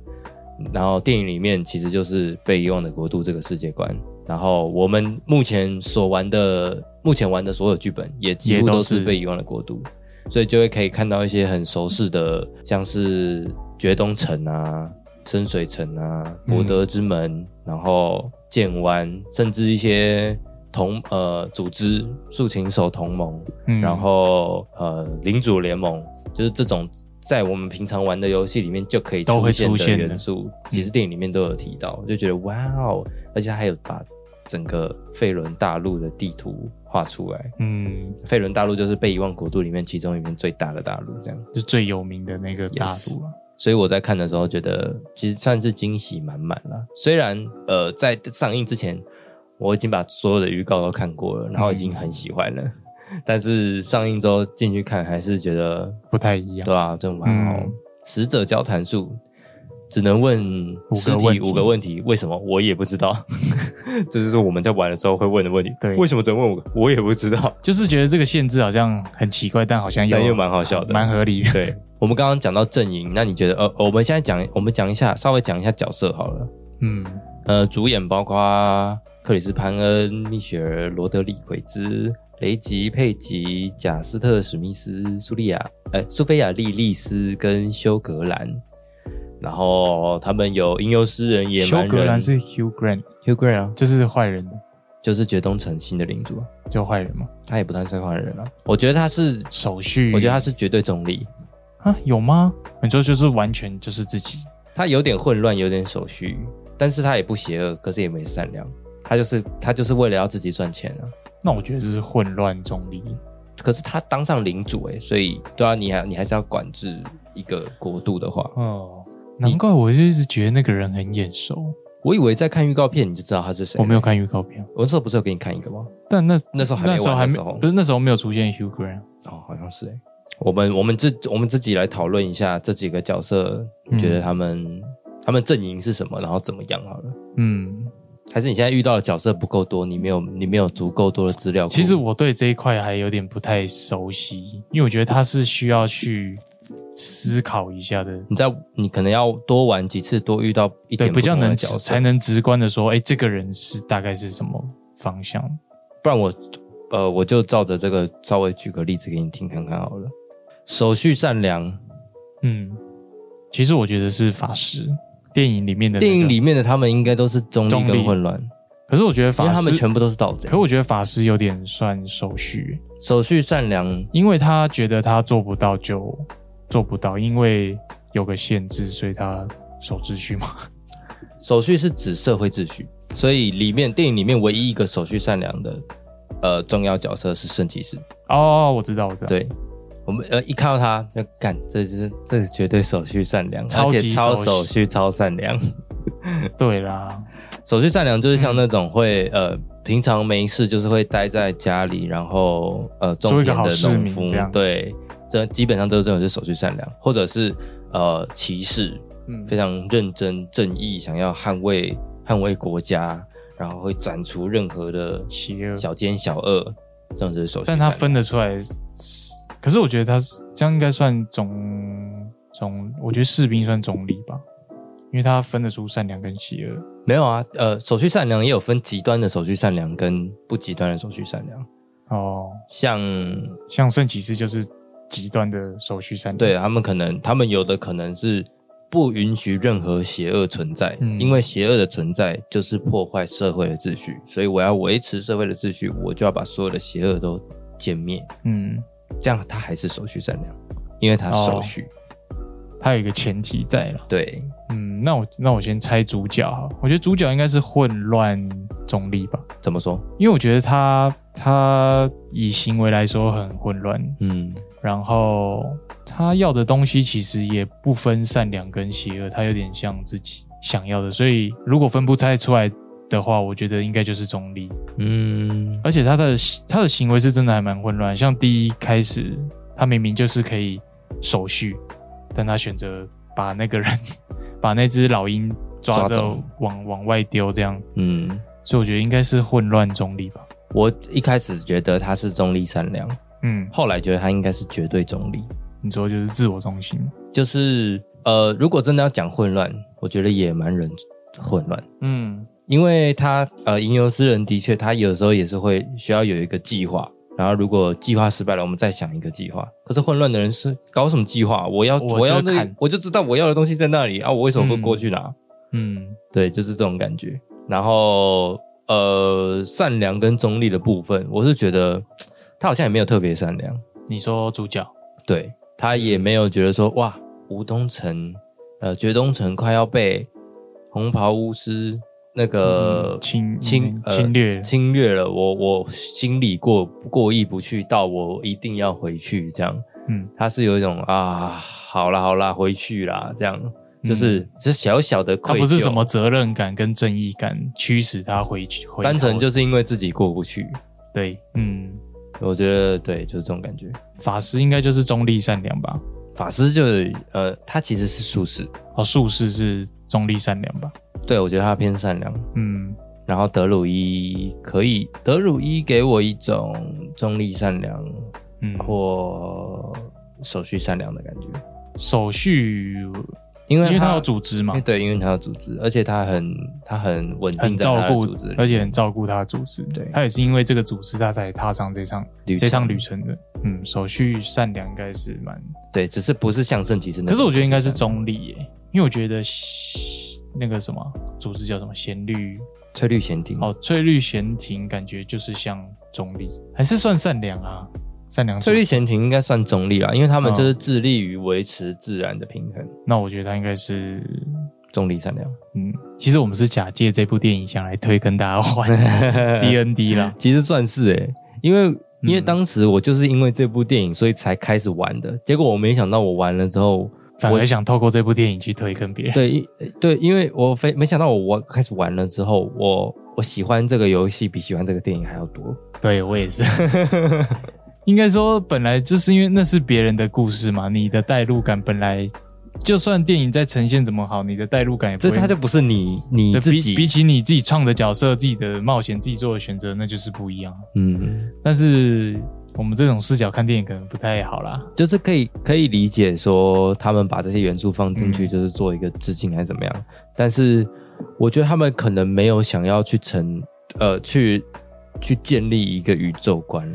[SPEAKER 2] 然后电影里面其实就是被遗忘的国度这个世界观。然后我们目前所玩的，目前玩的所有剧本也几
[SPEAKER 1] 也
[SPEAKER 2] 乎
[SPEAKER 1] 都
[SPEAKER 2] 都
[SPEAKER 1] 是
[SPEAKER 2] 是被遗忘的国度，所以就会可以看到一些很熟识的，像是绝东城啊、深水城啊、
[SPEAKER 1] 嗯
[SPEAKER 2] 博德之门，然后剑湾，甚至一些同呃组织竖琴手同盟，
[SPEAKER 1] 嗯
[SPEAKER 2] 然后呃领主联盟，就是这种在我们平常玩的游戏里面就可以
[SPEAKER 1] 都会
[SPEAKER 2] 出
[SPEAKER 1] 出
[SPEAKER 2] 现
[SPEAKER 1] 现
[SPEAKER 2] 的
[SPEAKER 1] 的
[SPEAKER 2] 元素，其实电影里面都有提到，我就觉得哇哦，而且它还有把整个费伦大陆的地图画出来。
[SPEAKER 1] 嗯，
[SPEAKER 2] 费伦大陆就是被遗忘国度里面其中一片最大的大陆，这样。
[SPEAKER 1] 就最有名的那个大陆啊，
[SPEAKER 2] 所以我在看的时候觉得，其实算是惊喜满满啦。虽然呃，在上映之前，我已经把所有的预告都看过了，然后已
[SPEAKER 1] 嗯
[SPEAKER 2] 经很喜欢了， 但是上映之后进去看，还是觉得
[SPEAKER 1] 不太一样。
[SPEAKER 2] 对啊，真蛮好。
[SPEAKER 1] 嗯
[SPEAKER 2] 死者交谈术只能问
[SPEAKER 1] 五个
[SPEAKER 2] 尸
[SPEAKER 1] 问
[SPEAKER 2] 体
[SPEAKER 1] 题
[SPEAKER 2] 五个问题，为什么我也不知道， 这就是我们在玩的时候会问的问题。
[SPEAKER 1] 对
[SPEAKER 2] 为什么只能问五个，我也不知道。
[SPEAKER 1] 就是觉得这个限制好像很奇怪，但好像
[SPEAKER 2] 但又
[SPEAKER 1] 又
[SPEAKER 2] 蛮好笑的
[SPEAKER 1] 蛮合理的。
[SPEAKER 2] 对，我们刚刚讲到阵营，那你觉得呃，我们现在讲，我们讲一下，稍微讲一下角色好了。
[SPEAKER 1] 嗯，
[SPEAKER 2] 呃，主演包括克里斯·潘恩、蜜雪儿、罗德里奎兹、雷吉·佩吉、贾斯特·史密斯、苏利亚、呃苏菲亚·莉莉丝跟休格兰。然后他们有吟游诗人、 野蛮
[SPEAKER 1] 休
[SPEAKER 2] 人，
[SPEAKER 1] 格兰是 Hugh Grant，
[SPEAKER 2] 休格兰啊，
[SPEAKER 1] 就是坏人的，
[SPEAKER 2] 就是绝东城新的领主啊，
[SPEAKER 1] 就坏人嘛。
[SPEAKER 2] 他也不算是坏人啊。我觉得他是，
[SPEAKER 1] 手续，
[SPEAKER 2] 我觉得他是绝对中立，
[SPEAKER 1] 啊有吗？你说就是完全就是自己，
[SPEAKER 2] 他有点混乱，有点手续，但是他也不邪恶，可是也没善良，他就是他就是为了要自己赚钱啊。
[SPEAKER 1] 那我觉得就是混乱中立。
[SPEAKER 2] 可是他当上领主哎、所以对啊，你还你还是要管制一个国度的话，
[SPEAKER 1] 哦，难怪我就一直觉得那个人很眼熟。
[SPEAKER 2] 我以为在看预告片你就知道他是谁。
[SPEAKER 1] 我没有，看预告片，
[SPEAKER 2] 我那时候不是有给你看一个吗？
[SPEAKER 1] 但那
[SPEAKER 2] 那时候还没
[SPEAKER 1] 那时候还没
[SPEAKER 2] 玩的时候
[SPEAKER 1] 不是那时候没有出现 Hugh Grant。
[SPEAKER 2] 哦，好像是哎、我们我们自我们自己来讨论一下这几个角色，你觉得他们、他们阵营是什么，然后怎么样好了？
[SPEAKER 1] 嗯，
[SPEAKER 2] 还是你现在遇到的角色不够多，你没有你没有足够多的资料库？
[SPEAKER 1] 其实我对这一块还有点不太熟悉，因为我觉得他是需要去思考一下的，
[SPEAKER 2] 你在你可能要多玩几次，多遇到一
[SPEAKER 1] 对，
[SPEAKER 2] 点
[SPEAKER 1] 比较
[SPEAKER 2] 不同的
[SPEAKER 1] 能
[SPEAKER 2] 角色，
[SPEAKER 1] 才能直观的说，哎，这个人是大概是什么方向？
[SPEAKER 2] 不然我呃我就照着这个稍微举个例子给你听看看好了。手续善良，
[SPEAKER 1] 嗯，其实我觉得是法师电影里面的、那
[SPEAKER 2] 电影
[SPEAKER 1] 个
[SPEAKER 2] 里，面的他们应该都是中立
[SPEAKER 1] 中立
[SPEAKER 2] 跟混乱，
[SPEAKER 1] 可是我觉得
[SPEAKER 2] 因
[SPEAKER 1] 法
[SPEAKER 2] 为
[SPEAKER 1] 师
[SPEAKER 2] 他们全部都是盗贼
[SPEAKER 1] 可。我觉得法师有点算手续，
[SPEAKER 2] 手续善良，
[SPEAKER 1] 因为他觉得他做不到就做不到，因为有个限制，所以他守秩序嘛。
[SPEAKER 2] 手续是指社会秩序，所以里面电影里面唯一一个手续善良的呃重要角色是圣骑士。
[SPEAKER 1] 哦，我知道，我知道，，
[SPEAKER 2] 对，我们呃一看到他就干，这就是这是绝对手续善良，
[SPEAKER 1] 超
[SPEAKER 2] 而且
[SPEAKER 1] 级
[SPEAKER 2] 超
[SPEAKER 1] 手续
[SPEAKER 2] 手续超善良。
[SPEAKER 1] 对啦，
[SPEAKER 2] 手续善良就是像那
[SPEAKER 1] 嗯
[SPEAKER 2] 种会、呃，平常没事就是会待在家里，然后呃种
[SPEAKER 1] 做
[SPEAKER 2] 田
[SPEAKER 1] 一个
[SPEAKER 2] 的
[SPEAKER 1] 好市
[SPEAKER 2] 农
[SPEAKER 1] 民
[SPEAKER 2] 夫
[SPEAKER 1] 这，样
[SPEAKER 2] 对，这基本上都是这种就是手续善良，或者是呃骑士，
[SPEAKER 1] 嗯
[SPEAKER 2] 非常认真正义，想要捍卫捍卫国家，然后会斩除任何的
[SPEAKER 1] 邪恶，
[SPEAKER 2] 小奸小恶。这样子的手续
[SPEAKER 1] 但
[SPEAKER 2] 范围。
[SPEAKER 1] 它分得出来。可是我觉得它是这样应该算总总，我觉得士兵算总理吧，因为他分得出善良跟邪恶。
[SPEAKER 2] 没有啊，呃，手续善良也有分极端的手续善良跟不极端的手续善良，
[SPEAKER 1] 哦，
[SPEAKER 2] 像
[SPEAKER 1] 像圣骑士就是极端的手续善良。
[SPEAKER 2] 对啊他们可能，他们有的可能是不允许任何邪恶存在，
[SPEAKER 1] 嗯
[SPEAKER 2] 因为邪恶的存在就是破坏社会的秩序，所以我要维持社会的秩序，我就要把所有的邪恶都歼灭，
[SPEAKER 1] 嗯，
[SPEAKER 2] 这样他还是手续善良，因为他手续、
[SPEAKER 1] 它有一个前提在了。
[SPEAKER 2] 对，
[SPEAKER 1] 嗯，那我那我先猜主角哈，我觉得主角应该是混乱总理吧，
[SPEAKER 2] 怎么说？
[SPEAKER 1] 因为我觉得他他以行为来说很混乱，
[SPEAKER 2] 嗯，
[SPEAKER 1] 然后他要的东西其实也不分善良跟邪恶，他有点像自己想要的，所以如果分不太出来的话，我觉得应该就是中立。
[SPEAKER 2] 嗯，
[SPEAKER 1] 而且他的他的行为是真的还蛮混乱，像第一开始他明明就是可以手续，但他选择把那个人把那只老鹰抓
[SPEAKER 2] 抓
[SPEAKER 1] 着
[SPEAKER 2] 走
[SPEAKER 1] 往往外丢，这样，
[SPEAKER 2] 嗯，
[SPEAKER 1] 所以我觉得应该是混乱中立吧。
[SPEAKER 2] 我一开始觉得他是中立善良，
[SPEAKER 1] 嗯，
[SPEAKER 2] 后来觉得他应该是绝对中立。
[SPEAKER 1] 你说就是自我中心。
[SPEAKER 2] 就是呃，如果真的要讲混乱，我觉得野蛮人混乱，
[SPEAKER 1] 嗯
[SPEAKER 2] 因为他呃，吟游诗人的确，他有时候也是会需要有一个计划，然后如果计划失败了，我们再想一个计划。可是混乱的人是搞什么计划？我要
[SPEAKER 1] 我
[SPEAKER 2] 我要
[SPEAKER 1] 就
[SPEAKER 2] 那
[SPEAKER 1] 看
[SPEAKER 2] 我就知道我要的东西在那里啊，我为什么不过去拿？
[SPEAKER 1] 嗯
[SPEAKER 2] 对，就是这种感觉。然后呃，善良跟中立的部分，我是觉得他好像也没有特别善良。
[SPEAKER 1] 你说主角，
[SPEAKER 2] 对他也没有觉得说哇，吴东城，呃，绝东城快要被红袍巫师那个
[SPEAKER 1] 嗯侵
[SPEAKER 2] 侵
[SPEAKER 1] 嗯
[SPEAKER 2] 呃
[SPEAKER 1] 侵略了
[SPEAKER 2] 侵略了，我我心里过过意不去，到我一定要回去这样。
[SPEAKER 1] 嗯，
[SPEAKER 2] 他是有一种啊，好啦好啦，回去啦这样，就是、只是小小的
[SPEAKER 1] 嗯他
[SPEAKER 2] 愧疚，
[SPEAKER 1] 不是什么责任感跟正义感驱使他回去，回头
[SPEAKER 2] 单纯就是因为自己过不去。
[SPEAKER 1] 对，嗯，
[SPEAKER 2] 我觉得对，就是这种感觉。
[SPEAKER 1] 法师应该就是中立善良吧？
[SPEAKER 2] 法师就是呃，他其实是术士，
[SPEAKER 1] 哦，术士是中立善良吧？
[SPEAKER 2] 对我觉得他偏善良。
[SPEAKER 1] 嗯
[SPEAKER 2] 然后德鲁伊可以，德鲁伊给我一种中立善良
[SPEAKER 1] 嗯，
[SPEAKER 2] 哦或手续善良的感觉，
[SPEAKER 1] 手续，
[SPEAKER 2] 因
[SPEAKER 1] 因
[SPEAKER 2] 为
[SPEAKER 1] 为他有
[SPEAKER 2] 组
[SPEAKER 1] 组织嘛，
[SPEAKER 2] 对，因为他有组织，而且他很他很稳定
[SPEAKER 1] 很
[SPEAKER 2] 在
[SPEAKER 1] 照
[SPEAKER 2] 他的
[SPEAKER 1] 顾
[SPEAKER 2] 组织里，，
[SPEAKER 1] 而且很照顾他的组织。
[SPEAKER 2] 对
[SPEAKER 1] 他也是因为这个组织，他才踏上这趟
[SPEAKER 2] 旅
[SPEAKER 1] 这
[SPEAKER 2] 程
[SPEAKER 1] 趟旅程的。嗯，手续善良应该是蛮，
[SPEAKER 2] 对，只是不是像圣骑士那种，
[SPEAKER 1] 可是我觉得应该是中立耶，因为我觉得西那个什么组织叫什么弦律
[SPEAKER 2] 翠绿闲庭。
[SPEAKER 1] 哦，翠绿闲庭，感觉就是像中立，还是算善良啊，善良组
[SPEAKER 2] 翠绿。闲庭应该算中立啦，因为他们
[SPEAKER 1] 嗯
[SPEAKER 2] 就是致力于维持自然的平衡，
[SPEAKER 1] 那我觉得他应该是。
[SPEAKER 2] 中立善 良。
[SPEAKER 1] 嗯，其实我们是假借这部电影想来推跟大家玩 D N D 啦，
[SPEAKER 2] 其实算是诶、因为因为当时我就是因为这部电影，所以才开始玩的。结果我没想到我玩了之后，
[SPEAKER 1] 反而想透过这部电影去推坑别人。
[SPEAKER 2] 对因对，因为我非没想到我玩开始玩了之后，我我喜欢这个游戏比喜欢这个电影还要多。
[SPEAKER 1] 对我也是，应该说本来就是因为那是别人的故事嘛，你的代入感本来就算电影再呈现怎么好，你的代入感也不
[SPEAKER 2] 这
[SPEAKER 1] 会
[SPEAKER 2] 它就不是你你
[SPEAKER 1] 对
[SPEAKER 2] 自
[SPEAKER 1] 比比
[SPEAKER 2] 己，
[SPEAKER 1] 起你自己创的角色、自己的冒险、自己做的选择，那就是不一样。
[SPEAKER 2] 嗯，
[SPEAKER 1] 但是我们这种视角看电影可能不太好啦。
[SPEAKER 2] 就是可以可以理解说他们把这些元素放进去，
[SPEAKER 1] 嗯
[SPEAKER 2] 就是做一个致敬还是怎么样。但是我觉得他们可能没有想要去成呃去去建立一个宇宙观，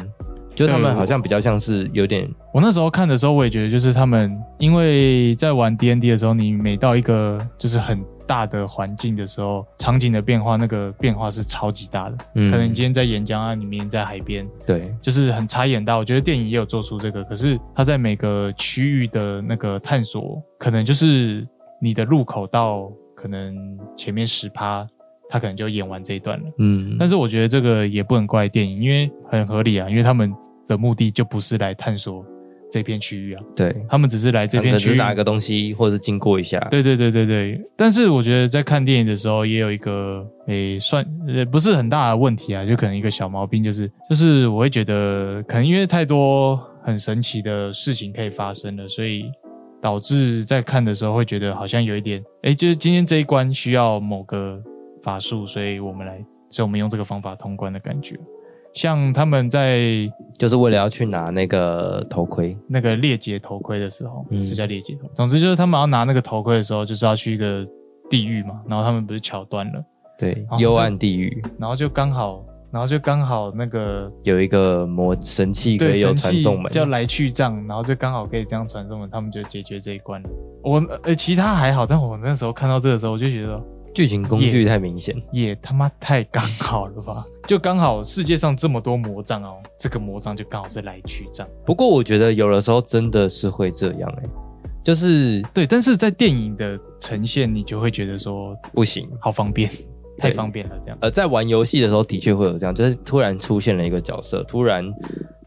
[SPEAKER 2] 就他
[SPEAKER 1] 对
[SPEAKER 2] 们
[SPEAKER 1] 我
[SPEAKER 2] 好像比较像是有点
[SPEAKER 1] 我那时候看的时候，我也觉得就是他们因为在玩 D N D 的时候，你每到一个就是很大的环境的时候，场景的变化，那个变化是超级大的。
[SPEAKER 2] 嗯
[SPEAKER 1] 可能你今天在岩浆啊，你明天在海边，
[SPEAKER 2] 对
[SPEAKER 1] 就是很差异很大。我觉得电影也有做出这个，可是它在每个区域的那个探索，可能就是你的入口到可能前面十趴，它可能就演完这一段了。
[SPEAKER 2] 嗯，
[SPEAKER 1] 但是我觉得这个也不能怪电影，因为很合理啊，因为他们的目的就不是来探索这片区域啊，
[SPEAKER 2] 对。
[SPEAKER 1] 他们只是来这
[SPEAKER 2] 啊可
[SPEAKER 1] 片
[SPEAKER 2] 能
[SPEAKER 1] 区
[SPEAKER 2] 只
[SPEAKER 1] 域
[SPEAKER 2] 是拿个东西，或者是经过一下，
[SPEAKER 1] 对对对对对，但是我觉得在看电影的时候也有一个诶、算呃不是很大的问题啊，就可能一个小毛病就是就是我会觉得可能因为太多很神奇的事情可以发生了，所以导致在看的时候会觉得好像有一点诶、就是今天这一关需要某个法术，所以我们来，所以我们用这个方法通关的感觉。像他们在
[SPEAKER 2] 就是为了要去拿那个头盔。
[SPEAKER 1] 那个猎劫头盔的时候，
[SPEAKER 2] 嗯
[SPEAKER 1] 是叫猎劫头。总之就是他们要拿那个头盔的时候，就是要去一个地狱嘛，然后他们不是桥断了，
[SPEAKER 2] 对
[SPEAKER 1] 哦，
[SPEAKER 2] 幽暗地狱
[SPEAKER 1] 然后就刚好，然后就刚好那个
[SPEAKER 2] 有一个魔神器可
[SPEAKER 1] 对
[SPEAKER 2] 以有
[SPEAKER 1] 神
[SPEAKER 2] 传
[SPEAKER 1] 器
[SPEAKER 2] 送门，
[SPEAKER 1] 叫来去藏，然后就刚好可以这样传送门，他们就解决这一关了。我呃其他还好，但我那时候看到这个时候，我就觉得
[SPEAKER 2] 剧情工具太明显。
[SPEAKER 1] 也他妈太刚好了吧！就刚好世界上这么多魔杖哦，这个魔杖就刚好是来去杖。
[SPEAKER 2] 不过我觉得有的时候真的是会这样哎、就是
[SPEAKER 1] 对，但是在电影的呈现，你就会觉得说
[SPEAKER 2] 不行。
[SPEAKER 1] 好方便，太
[SPEAKER 2] 对
[SPEAKER 1] 方便了这样。
[SPEAKER 2] 呃，在玩游戏的时候的确会有这样，就是突然出现了一个角色，突然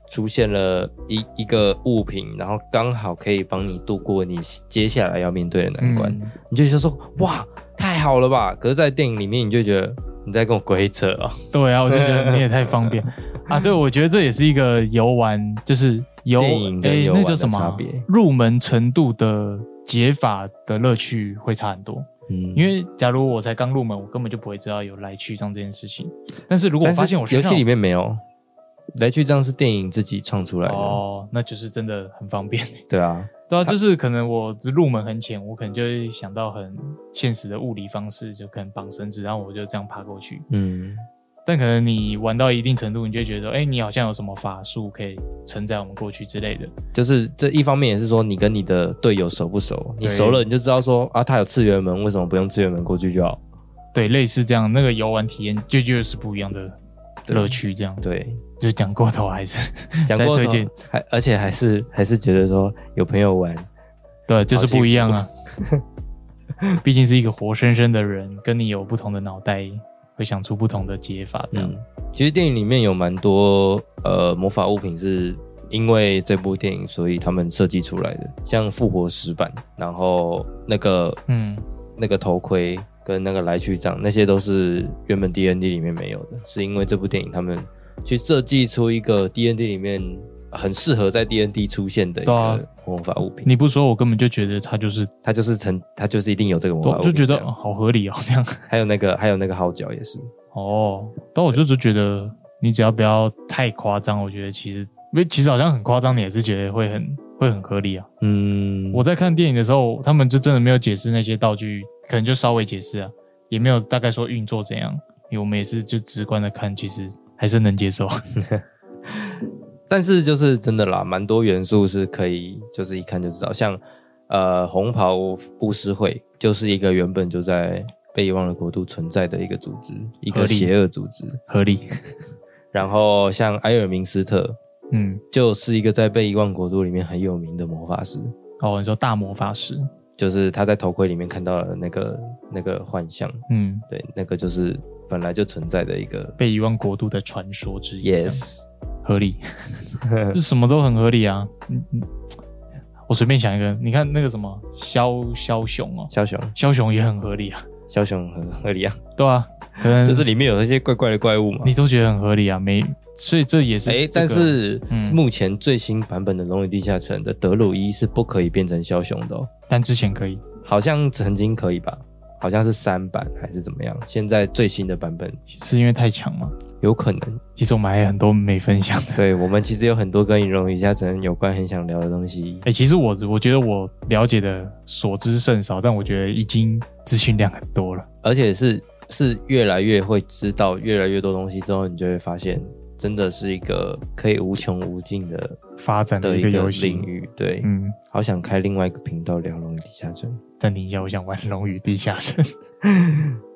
[SPEAKER 2] 出现了一一个物品，然后刚好可以帮你度过你接下来要面对的难关，
[SPEAKER 1] 嗯
[SPEAKER 2] 你就觉得说哇太好了吧？可是，在电影里面你就觉得你在跟我鬼扯啊、
[SPEAKER 1] 对啊，我就觉 得你也太方便啊！对，我觉得这也是一个游玩，就是游
[SPEAKER 2] 电影跟
[SPEAKER 1] 诶
[SPEAKER 2] 游
[SPEAKER 1] 那
[SPEAKER 2] 玩
[SPEAKER 1] 叫
[SPEAKER 2] 的
[SPEAKER 1] 什么
[SPEAKER 2] 差
[SPEAKER 1] 啊
[SPEAKER 2] 别
[SPEAKER 1] 入门程度的解法的乐趣会差很多。
[SPEAKER 2] 嗯
[SPEAKER 1] 因为假如我才刚入门，我根本就不会知道有来去账这件事情。但是如果我
[SPEAKER 2] 但是
[SPEAKER 1] 发现我
[SPEAKER 2] 游戏里
[SPEAKER 1] 面
[SPEAKER 2] 面没有。来去这样是电影自己创出来的，
[SPEAKER 1] 哦，那就是真的很方 便。
[SPEAKER 2] 对啊，
[SPEAKER 1] 对啊，就是可能我入门很浅，我可能就会想到很现实的物理方式，就可能绑绳子，然后我就这样爬过去。
[SPEAKER 2] 嗯，
[SPEAKER 1] 但可能你玩到一定程度，你就会觉得，哎、你好像有什么法术可以承载我们过去之类的。
[SPEAKER 2] 就是这一方面也是说你跟你的队友熟不熟，你
[SPEAKER 1] 对
[SPEAKER 2] 熟了你就知道说啊，他有次元门，为什么不用次元门过去就好？
[SPEAKER 1] 对，类似这样，那个游玩体验就就是不一样的
[SPEAKER 2] 对
[SPEAKER 1] 乐趣。这样
[SPEAKER 2] 对，
[SPEAKER 1] 就讲过头还是
[SPEAKER 2] 讲过
[SPEAKER 1] 再推
[SPEAKER 2] 头
[SPEAKER 1] 荐，
[SPEAKER 2] 还而且还是还是觉得说有朋友
[SPEAKER 1] 嗯
[SPEAKER 2] 玩，
[SPEAKER 1] 对，就是
[SPEAKER 2] 好
[SPEAKER 1] 不一样啊。 毕竟是一个活生生的人，跟你有不同的脑袋，会想出不同的解法。这样、
[SPEAKER 2] 嗯，其实电影里面有蛮多呃魔法物品是因为这部电影，所以他们设计出来的，像复活石板，然后那个
[SPEAKER 1] 嗯，
[SPEAKER 2] 那个头盔跟那个来去杖，那些都是原本 D N D 里面没有的，是因为这部电影他们去设计出一个 D N D 里面很适合在 D N D 出现的一
[SPEAKER 1] 对啊
[SPEAKER 2] 个魔法物品，
[SPEAKER 1] 你不说，我根本就觉得他就是，
[SPEAKER 2] 它就是成，它就是一定有这个魔法
[SPEAKER 1] 我
[SPEAKER 2] 物
[SPEAKER 1] 就
[SPEAKER 2] 品
[SPEAKER 1] 觉得、
[SPEAKER 2] 这
[SPEAKER 1] 哦
[SPEAKER 2] 样
[SPEAKER 1] 好合理哦，这样。
[SPEAKER 2] 还有那个还有那个号角也是，
[SPEAKER 1] 哦，但我就是觉得你只要不要太夸张，我觉得其实因为其实好像很夸张，你也是觉得会很会很合理啊。
[SPEAKER 2] 嗯，
[SPEAKER 1] 我在看电影的时候，他们就真的没有解释那些道具，可能就稍微解释啊，也没有大概说运作怎样，因为我们也是就直观的看，其实还是能接受。
[SPEAKER 2] 但是就是真的啦，蛮多元素是可以，就是一看就知道，像呃红袍巫师会就是一个原本就在被遗忘的国度存在的一个组织，一
[SPEAKER 1] 合
[SPEAKER 2] 个
[SPEAKER 1] 理
[SPEAKER 2] 邪恶组织。
[SPEAKER 1] 合理，
[SPEAKER 2] 然后像埃尔明斯特
[SPEAKER 1] 嗯，
[SPEAKER 2] 就是一个在被遗忘国度里面很有名的魔法师，
[SPEAKER 1] 哦，你说大魔法师，
[SPEAKER 2] 就是他在头盔里面看到了那个那个幻象，
[SPEAKER 1] 嗯，
[SPEAKER 2] 对，那个就是本来就存在的一个
[SPEAKER 1] 被遗忘国度的传说之一这样
[SPEAKER 2] yes，
[SPEAKER 1] 合理，就什么都很合理啊。嗯嗯，我随便想一个，你看那个什么枭枭雄哦，
[SPEAKER 2] 枭雄
[SPEAKER 1] 枭雄也很合理啊，
[SPEAKER 2] 枭雄很合理啊，
[SPEAKER 1] 对啊，可能
[SPEAKER 2] 就是里面有一些怪怪的怪物嘛，
[SPEAKER 1] 你都觉得很合理啊，没，所以这也是、
[SPEAKER 2] 哎，但是
[SPEAKER 1] 嗯
[SPEAKER 2] 目前最新版本的《龙与地下城》的德鲁伊是不可以变成枭雄的、哦，
[SPEAKER 1] 但之前可以
[SPEAKER 2] 好像曾经可以吧？好像是三版还是怎么样？现在最新的版本
[SPEAKER 1] 是因为太强嘛。
[SPEAKER 2] 有可能。
[SPEAKER 1] 其实我们还有很多没分享的，
[SPEAKER 2] 对我们其实有很多跟《龙与地下城》有关很想聊的东西
[SPEAKER 1] 哎、。其实我我觉得我了解的所知甚少，但我觉得已经资讯量很多了。
[SPEAKER 2] 而且是是越来越会知道越来越多东西之后，你就会发现，真的是一个可以无穷无尽的
[SPEAKER 1] 发展的
[SPEAKER 2] 的
[SPEAKER 1] 一
[SPEAKER 2] 一
[SPEAKER 1] 个
[SPEAKER 2] 个
[SPEAKER 1] 游戏
[SPEAKER 2] 领域。对，
[SPEAKER 1] 嗯，哦
[SPEAKER 2] 好想开另外一个频道聊《龙与地下城》。
[SPEAKER 1] 暂停一下，我想玩《龙与地下 城》。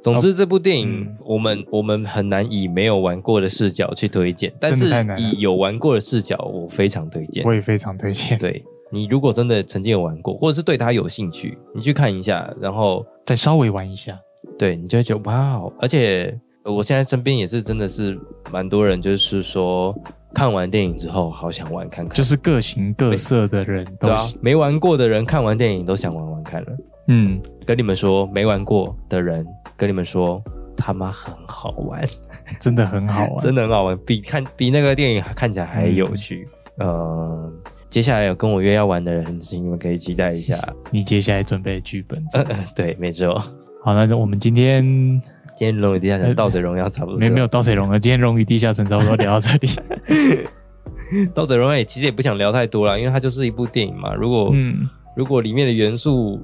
[SPEAKER 2] 总之，这部电影、
[SPEAKER 1] 嗯
[SPEAKER 2] 我们我们很难以没有玩过的视角去推荐，但是
[SPEAKER 1] 太难了
[SPEAKER 2] 以有玩过的视角，我非常推荐
[SPEAKER 1] 我。也非常推荐。
[SPEAKER 2] 对你如果真的曾经有玩过，或者是对它有兴趣，你去看一下，然后
[SPEAKER 1] 再稍微玩一下。
[SPEAKER 2] 对你就会觉得哇哦！而且呃我现在身边也是真的是蛮多人，就是说看完电影之后好想玩看看，
[SPEAKER 1] 就是各形各色的人都
[SPEAKER 2] 对啊
[SPEAKER 1] 行，，
[SPEAKER 2] 没玩过的人看完电影都想玩玩看了。
[SPEAKER 1] 嗯，
[SPEAKER 2] 跟你们说，没玩过的人跟你们说，他妈很好玩。
[SPEAKER 1] 真的很好玩。
[SPEAKER 2] 真的很好玩，比看比那个电影看起来还
[SPEAKER 1] 嗯
[SPEAKER 2] 有趣。呃，接下来有跟我约要玩的人，你们可以期待一下。 呃
[SPEAKER 1] 你接下来准备的剧本，
[SPEAKER 2] 对，没错，
[SPEAKER 1] 好，那我们今天
[SPEAKER 2] 今天《龙与地下城》《盗贼荣耀》差不多，
[SPEAKER 1] 呃没没有盗贼荣耀，今天荣与地下城差不多聊到这里。
[SPEAKER 2] 《盗贼荣耀》也其实也不想聊太多了，因为它就是一部电影嘛。如果、
[SPEAKER 1] 嗯，
[SPEAKER 2] 如果里面的元素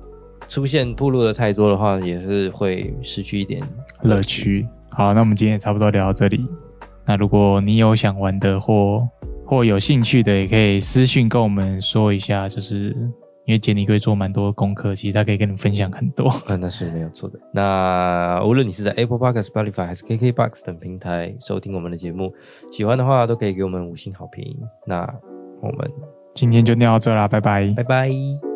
[SPEAKER 2] 出现暴露的太多的话，也是会失去一点。
[SPEAKER 1] 乐趣。好，那我们今天也差不多聊到这里。那如果你有想玩的或或有兴趣的，也可以私讯跟我们说一下，就是因为杰尼龟做蛮多功课，其实他可以跟你分享很多。
[SPEAKER 2] 啊，那是没有错的。那无论你是在 Apple Podcast、Spotify 还是 KKBox 等平台收听我们的节目，喜欢的话都可以给我们五星好评。那我们
[SPEAKER 1] 今天就聊到这啦，拜拜
[SPEAKER 2] 拜拜。